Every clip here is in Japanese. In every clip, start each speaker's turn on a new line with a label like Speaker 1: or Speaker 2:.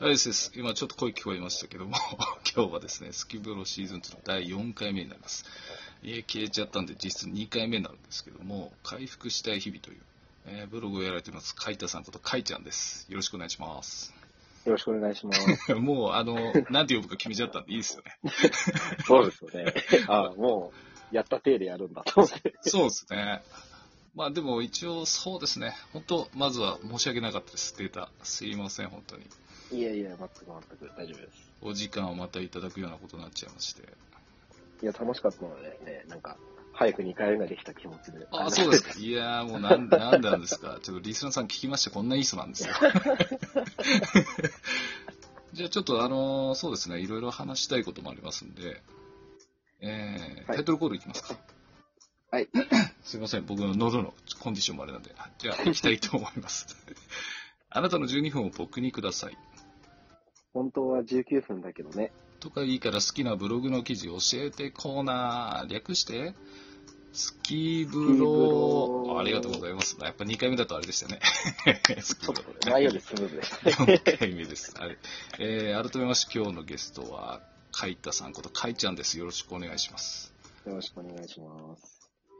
Speaker 1: はい、ですです。今ちょっと声聞こえましたけども、 今日はですね、スキブロシーズン2の第4回目になります。家消えちゃったんで、実質2回目になるんですけども、回復したい日々という、えーブログをやられてます、カイタさんことカイちゃんです。よろしくお願いします。
Speaker 2: よろしくお願いします。
Speaker 1: もう、あの、なんて呼ぶか決めちゃったんでいいですよね。
Speaker 2: そうですよね。 あもう、やった手でやるんだと思って。
Speaker 1: そうですね。まあでも一応そうですね。本当まずは申し訳なかったです。データ。すいません、本当に。
Speaker 2: いやいや、全く全く大丈夫です。
Speaker 1: お時間をまたいただくようなことになっちゃいまして。
Speaker 2: いや、楽しかったのでね、なんか、早く2回目ができた気持ちで。
Speaker 1: あ、そうですか。いやーもうなん、なんでなんですか。ちょっとリスナーさん聞きまして、こんないい人なんですよ。 じゃあちょっとあのーそうですね、いろいろ話したいこともありますんで、えー
Speaker 2: はい
Speaker 1: タイトルコールいきますか。
Speaker 2: はい。
Speaker 1: すいません、僕の喉のコンディションもあれなんで、じゃあ行きたいと思います。 あなたの12分を僕にください。
Speaker 2: 本当は19分だけどね。
Speaker 1: とかいいから好きなブログの記事教えてコーナー。略して、スキーブ
Speaker 2: スキーブ
Speaker 1: ロ
Speaker 2: ロ
Speaker 1: ありがとうございます。やっぱ2回目だとあれで したね。スキ
Speaker 2: ちょ
Speaker 1: ー
Speaker 2: っ
Speaker 1: ブロ
Speaker 2: と、前よりスムーズでした。
Speaker 1: 4回目です。はいえー改めまして今日のゲストは、かいたさんことかいちゃんです。よろしくお願いします。
Speaker 2: よろしくお願いします。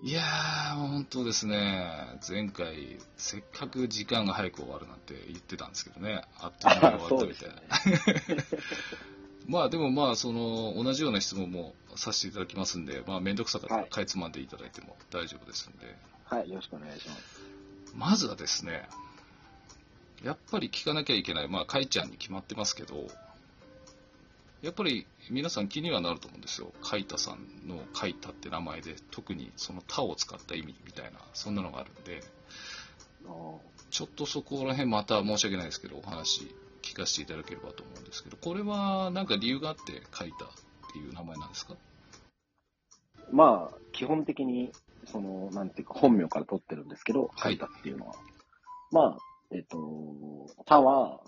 Speaker 1: いやー、本当ですね。前回、せっかく時間が早く終わるなんて言ってたんですけどね。あっという間に終わったみたいな
Speaker 2: ね。。
Speaker 1: まあでもまあその同じような質問もさせていただきますんで、まあ、面倒くさかったら
Speaker 2: はい
Speaker 1: かいつまんでいただいても大丈夫ですんで、
Speaker 2: はい、よろしくお願いします。
Speaker 1: まずはですねやっぱり聞かなきゃいけない、まあ、かいちゃんに決まってますけどやっぱり皆さん気にはなると思うんですよかいたさんのかいたって名前で特にその「た」を使った意味みたいなそんなのがあるんで
Speaker 2: あー
Speaker 1: ちょっとそこら辺また申し訳ないですけどお話聞かせていただければと思うんですけどこれはなんか理由があってかいたっていう名前なんですか
Speaker 2: まあ、基本的に、その、なんていうか、本名から取ってるんですけど、
Speaker 1: は
Speaker 2: 書
Speaker 1: い
Speaker 2: いたっていうのは。まあ、えっと、他は、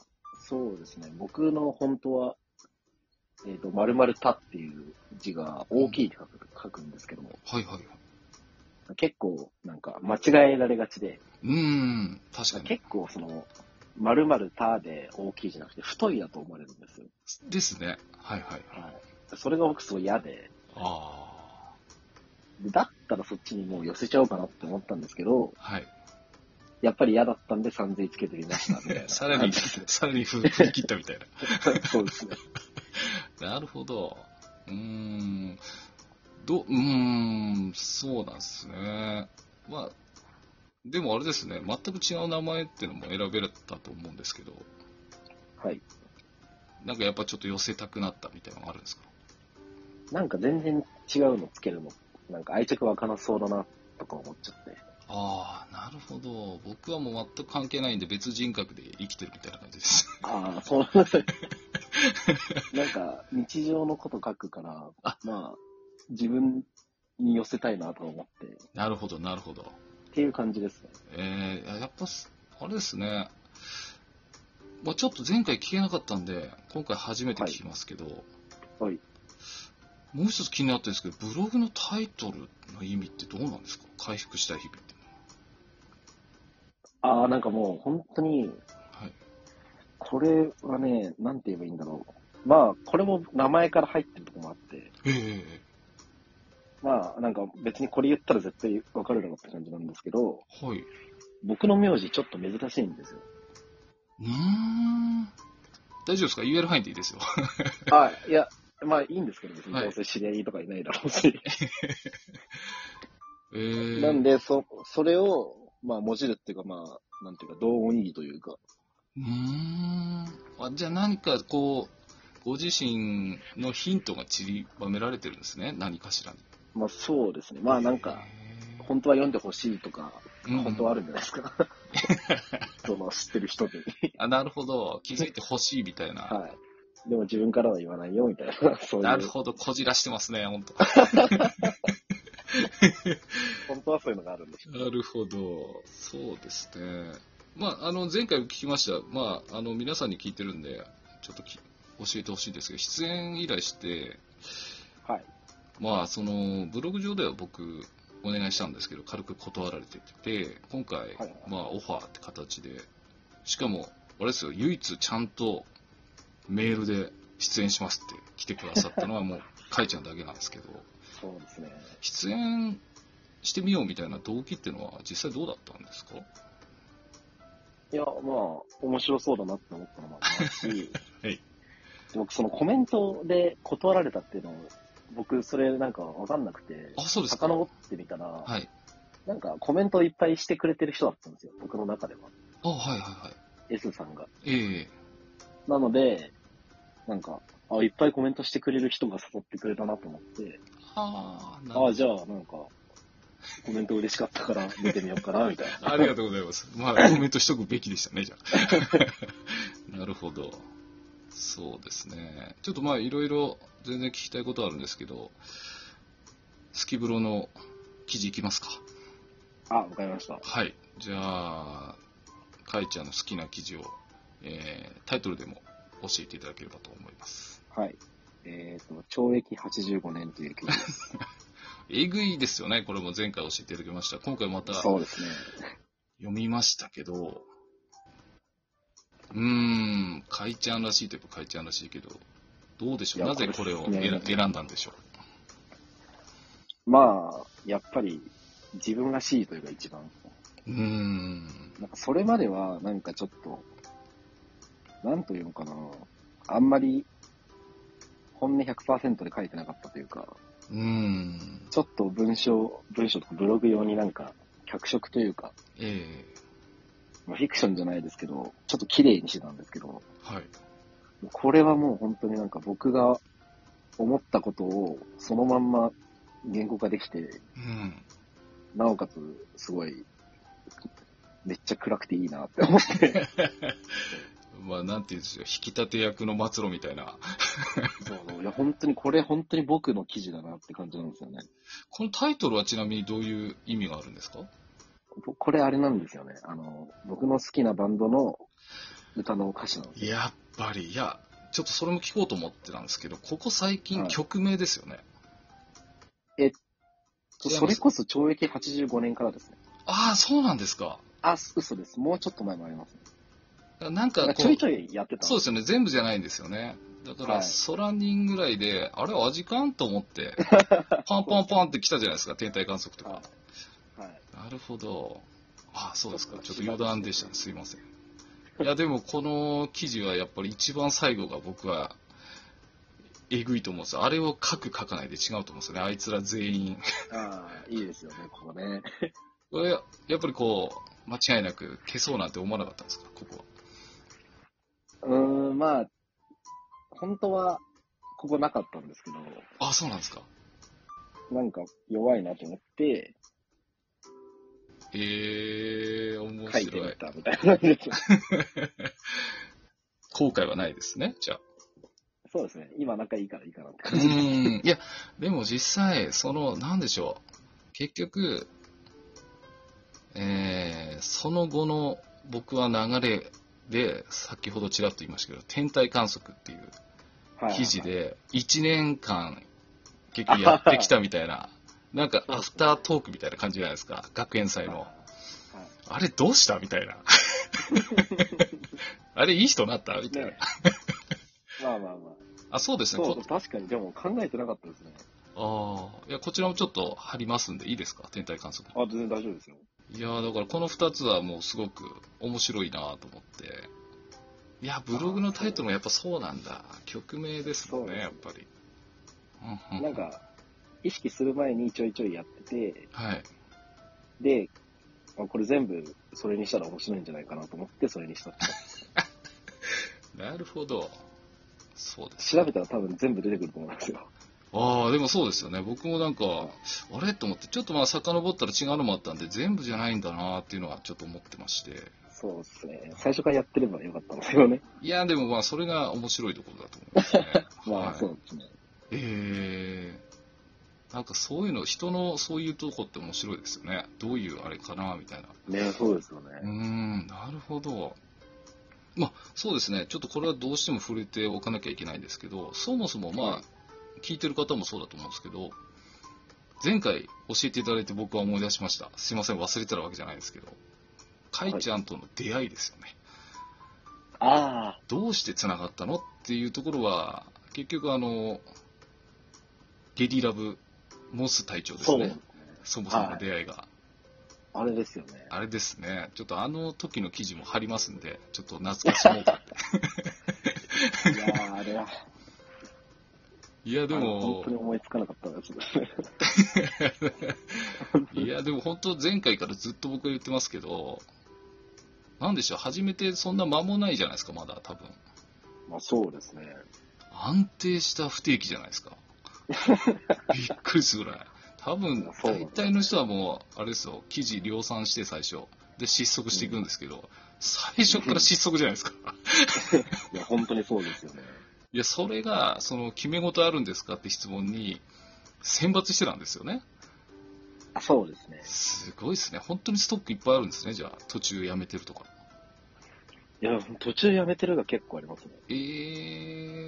Speaker 2: そうですね、僕の本当は、えっと、まるたっていう字が大きいって書く書くんですけども、
Speaker 1: はいはいはい。
Speaker 2: 結構、なんか、間違えられがちで、
Speaker 1: うーん、確かに。
Speaker 2: 結構、その、まるたで大きいじゃなくて、太いだと思われるんですよ。
Speaker 1: ですね。はいはい。
Speaker 2: はい。それが僕すごい嫌で、
Speaker 1: あ
Speaker 2: でだったらそっちにもう寄せちゃおうかなって思ったんですけど、
Speaker 1: あ。はい。
Speaker 2: やっぱり嫌だったんで、さんずいつけてみましたみたいな。
Speaker 1: さらに、さらに振振り切ったみたい
Speaker 2: そうですね。
Speaker 1: な。なるほど。うーん。ど、うーん、そうなんですね。まあ、でもあれですね、全く違う名前っていうのも選べたと思うんですけど、
Speaker 2: はい。
Speaker 1: なんかやっぱちょっと寄せたくなったみたいなのがあるんですか
Speaker 2: なんか全然違うのつけるの、なんか愛着湧かなそうだな、とか思っちゃって。
Speaker 1: ああ、なるほど。僕はもう全く関係ないんで別人格で生きてるみたいな感じです。
Speaker 2: ああ、そう なんですねなんか、日常のこと書くから、
Speaker 1: あ
Speaker 2: まあ、自分に寄せたいなと思って、っ
Speaker 1: なるほど、なるほど。
Speaker 2: ていう感じですね。
Speaker 1: えー、やっぱす、あれですね、まあ、ちょっと前回聞けなかったんで、今回初めて聞きますけど、
Speaker 2: はい
Speaker 1: もう一つ気になってるんですけど、ブログのタイトルの意味ってどうなんですか回復したい日々って。
Speaker 2: ああ、なんかもう本当
Speaker 1: は
Speaker 2: に、
Speaker 1: い、
Speaker 2: これはね、なんて言えばいいんだろう。まあ、これも名前から入ってるとこもあって、
Speaker 1: ええ
Speaker 2: まあ、なんか別にこれ言ったら絶対わかるだろうって感じなんですけど、
Speaker 1: はい。う
Speaker 2: 僕の名字ちょっと珍しいんですよ。
Speaker 1: ーん。大丈夫ですか言える範囲でいいですよ。
Speaker 2: あ、いや、まあいいんですけど、別に
Speaker 1: はい
Speaker 2: どうせ知り合いとかいないだろうし。
Speaker 1: えー、
Speaker 2: なんで、そ、それを、まあ、もじるっていうか、まあ、なんていうか、同音異義というか。
Speaker 1: うーんあじゃあ何かこう、ご自身のヒントが散りばめられてるんですね、何かしらに。
Speaker 2: まあ、そうですね。まあ、なんか、
Speaker 1: へー
Speaker 2: 本当は読んでほしいとか、
Speaker 1: うん
Speaker 2: 本当はあるんじゃないです か。その、知ってる 人に。
Speaker 1: あなるほど、気づいてほしいみたいな、
Speaker 2: はい。でも自分からは言わないよ、みたいな。そうい
Speaker 1: なる
Speaker 2: う、
Speaker 1: ほど、こじらしてますね、本当。
Speaker 2: 本当はそういうのがあるんでしょう。
Speaker 1: なるほど、そうですね。まあ、あの前回聞きました、まあ、あの皆さんに聞いてるんで、ちょっとき教えてほしいんですけど、出演依頼して、
Speaker 2: はい。
Speaker 1: まあ、そのブログ上では僕、お願いしたんですけど、軽く断られてて、今回、
Speaker 2: はい
Speaker 1: まあ、オファーって形でしかも、あれですよ、唯一ちゃんとメールで出演しますって来てくださったのはもう、かいちゃんだけなんですけど、
Speaker 2: そうですね。
Speaker 1: 出演してみようみたいな動機っていうのは実際どうだったんですか、
Speaker 2: いや、まあ、面白そうだなって思ったのもありますし
Speaker 1: はい
Speaker 2: 僕、そのコメントで断られたっていうのを、僕、それなんかわかんなくて、
Speaker 1: あ、そうですか。
Speaker 2: 遡ってみたら、
Speaker 1: はい。
Speaker 2: なんかコメントをいっぱいしてくれてる人だったんですよ、僕の中では。
Speaker 1: あ、はいはいはい。
Speaker 2: S さんが。
Speaker 1: ええ
Speaker 2: なので、なんか、あ、いっぱいコメントしてくれる人が誘ってくれたなと思って、
Speaker 1: ああ、なる
Speaker 2: あ
Speaker 1: ほ
Speaker 2: あ、
Speaker 1: ど。
Speaker 2: じゃあ、なんか、コメント嬉しかったから見てみようかな、みたい な。
Speaker 1: ありがとうございます。まあ、コメントしとくべきでしたね、じゃあ。な るほど。そうですね。ちょっとまあ、いろいろ全然聞きたいことあるんですけど、スキブロの記事いきますか。
Speaker 2: あ、わかりました。
Speaker 1: はい。じゃあ、かいちゃんの好きな記事を、えータイトルでも教えていただければと思います。
Speaker 2: はい。えっ、と、懲役85年という 記事です。
Speaker 1: えぐいですよね。これも前回教えていただきました。今回また
Speaker 2: そうですね。
Speaker 1: 読みましたけど、うーん、かいちゃんらしいといえばかいちゃんらしいけど、どうでしょう、
Speaker 2: い
Speaker 1: な
Speaker 2: や
Speaker 1: ぜこれを
Speaker 2: これ
Speaker 1: 選,、
Speaker 2: ね
Speaker 1: 選んだんでしょ
Speaker 2: まあ、やっぱり、自分らしいというか一番。
Speaker 1: う。うーん、
Speaker 2: なんかそれまでは、なんかちょっと、なんというのかな。あんまり、本音100%で書いてなかったというか、
Speaker 1: うーん、
Speaker 2: ちょっと文章、文章とかブログ用になんか、脚色というか、
Speaker 1: え
Speaker 2: まあフィクションじゃないですけど、ちょっと綺麗にしてたんですけど、
Speaker 1: えはい。
Speaker 2: これはもう本当になんか僕が思ったことをそのまんま言語化できて、
Speaker 1: うん、
Speaker 2: なおかつすごい、めっちゃ暗くていいなって思って。
Speaker 1: まあ、なんていうんですよ、引き立て役の末路みたいな。
Speaker 2: そうそういや本当にこれ本当に僕の記事だなって感じなんですよね。
Speaker 1: このタイトルはちなみにどういう意味があるんですか
Speaker 2: ここれあれなんですよね。あの、僕の好きなバンドの歌の歌詞なんですよ。
Speaker 1: やっぱり、いや、ちょっとそれも聞こうと思ってたんですけど、ここ最近
Speaker 2: はい
Speaker 1: 曲名ですよね。違います
Speaker 2: それこそ懲役85年からですね。
Speaker 1: ああ、そうなんですか。
Speaker 2: あ、嘘です。もうちょっと前もありますね。
Speaker 1: なん
Speaker 2: な
Speaker 1: か
Speaker 2: ん
Speaker 1: こ
Speaker 2: か
Speaker 1: う、
Speaker 2: ちょいちょいやってたん
Speaker 1: そうですよね、全部じゃないんですよね。だから、
Speaker 2: はい
Speaker 1: ソラニンぐらいで、あれ、味感と思 って、パンパンパンって来たじゃないですか、天体観測とか。
Speaker 2: はい。はい
Speaker 1: なるほど。あそうですか。ちょ
Speaker 2: ちょ
Speaker 1: っと
Speaker 2: っ
Speaker 1: 余
Speaker 2: と
Speaker 1: 談でしたね。すいません。いや、でも、この記事はやっぱり一番最後が僕は、えぐいと思うんですよあれを書く書かないで違うと思うんですよね。あいつら全員。
Speaker 2: ああ、いいですよね、ここね。
Speaker 1: これ、やっぱりこう、間違いなく消そうなんて思わなかったんですか、ここは。
Speaker 2: うーん、まあ、本当は、ここなかったんですけど、
Speaker 1: あ、そうなんですか。
Speaker 2: なんか弱いなと思って、
Speaker 1: ええー、面
Speaker 2: 書いて
Speaker 1: 白
Speaker 2: み
Speaker 1: い。
Speaker 2: たみたいなんですよ。
Speaker 1: 後悔はないですね、じゃあ。
Speaker 2: そうですね、今仲いいからいいかなって
Speaker 1: う
Speaker 2: 感じ。
Speaker 1: ん、いや、でも実際、その、なんでしょう。結局、えー、その後の僕は流れで、先ほどちらっと言いましたけど、天体観測っていう
Speaker 2: はい
Speaker 1: 記事。で、1年間、結局やってきたみたいな、なん かアフタートークみたいな感じじゃないですか、学園祭の。あれどうしたみた いな。あれいい人になったみたいな
Speaker 2: ね。まあまあまあ。
Speaker 1: あ、そうですね。
Speaker 2: そう、
Speaker 1: こ
Speaker 2: 確かに、でも考えてなかったですね。
Speaker 1: ああ、いや、こちらもちょっと貼りますんで、いいですか天体観測。
Speaker 2: あ、全然大丈夫ですよ。
Speaker 1: いやーだからこの2つはもうすごく面白いなと思って。いや、ブログのタイトルもやっぱそうなんだ。曲名ですもんね、やっぱり。うう
Speaker 2: なん、か、意識する前にちょいちょいやってて、
Speaker 1: はい。
Speaker 2: で、あこれ全部それにしたら面白いんじゃないかなと思ってそれにしたって。
Speaker 1: なるほど。そうです。
Speaker 2: 調べたら多分全部出てくると思うんですよ。
Speaker 1: ああ、でもそうですよね。僕もなんか、あれと思って、ちょっとまあ遡ったら違うのもあったんで、全部じゃないんだなっていうのはちょっと思ってまして。
Speaker 2: そうですね。最初からやってればよかったんですけどね。。
Speaker 1: いや、でもまあ、それが面白いところだと思いますね
Speaker 2: まあ、
Speaker 1: はい
Speaker 2: そうですね。
Speaker 1: えー、なんかそういうの、人のそういうとこって面白いですよね。どういうあれかな、みたいな。
Speaker 2: ね、そうですよね。
Speaker 1: うーん、なるほど。まあ、そうですね。ちょっとこれはどうしても触れておかなきゃいけないんですけど、そもそもまあ、聞いてる方もそうだと思うんですけど、前回教えていただいて僕は思い出しました。すいません、忘れてたわけじゃないですけど、かいちゃんとの出会いですよね。
Speaker 2: ああ、
Speaker 1: どうしてつながったのっていうところは結局あのゲリラブモス隊長です
Speaker 2: そう
Speaker 1: ね
Speaker 2: ですね。
Speaker 1: そもそもの出会いが、
Speaker 2: あれですよね。
Speaker 1: あれですねちょっとあの時の記事も貼りますんでちょっと懐かしもう かって
Speaker 2: いやーあれは、
Speaker 1: いやで
Speaker 2: 本
Speaker 1: も
Speaker 2: 当に思いつかなかったです。
Speaker 1: いやでも本当前回からずっと僕は言ってますけどなんでしょう初めてそんな間もないじゃないですかまだ多分
Speaker 2: まあそうですね。
Speaker 1: 安定した不定期じゃない ですかびっくりするぐらい多分
Speaker 2: そうなん
Speaker 1: 大
Speaker 2: だ
Speaker 1: 体の人はもうあれですよ記事量産して最初で失速していくんですけど、最初から失速じゃないですか
Speaker 2: いや、本当にそうですよね。
Speaker 1: いやそれがその決め事あるんですかって質問に選抜してたんですよね
Speaker 2: あそうですね。
Speaker 1: すごいですね本当にストックいっぱいあるんですねじゃあ途中やめてるとか
Speaker 2: いや、途中やめてるが結構ありますね。
Speaker 1: え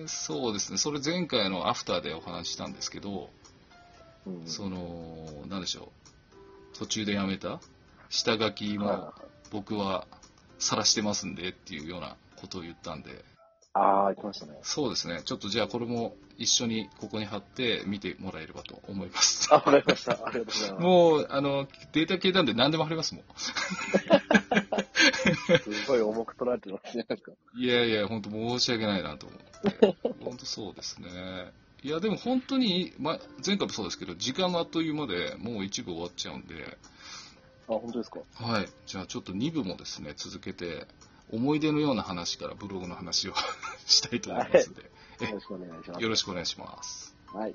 Speaker 1: ー、そうですねそれ前回のアフターでお話ししたんですけど、
Speaker 2: うん。
Speaker 1: その、なんでしょう、途中でやめた、下書きも
Speaker 2: はい
Speaker 1: 僕は晒してますんでっていうようなことを言ったんで、
Speaker 2: ああ、行きましたね。
Speaker 1: そうですね、ちょっとじゃあこれも一緒にここに貼って見てもらえればと思います。
Speaker 2: あ、わかりました。ありがとうございま
Speaker 1: もう、あの、データ系なんで何でも貼りますも
Speaker 2: す。すごい重く取られてますね。なんか
Speaker 1: ん。いやいや、本当申し訳ないなと思って。本当そうですね。いや、でも本当に、ま、前回もそうですけど、時間があっという間でもう一部終わっちゃうんで、
Speaker 2: あ、本当ですか。
Speaker 1: はい、じゃあちょっと2部もですね続けて思い出のような話からブログの話を したいと思いますので
Speaker 2: よろしくお願いしま
Speaker 1: よろしくお願いします。
Speaker 2: す。はい。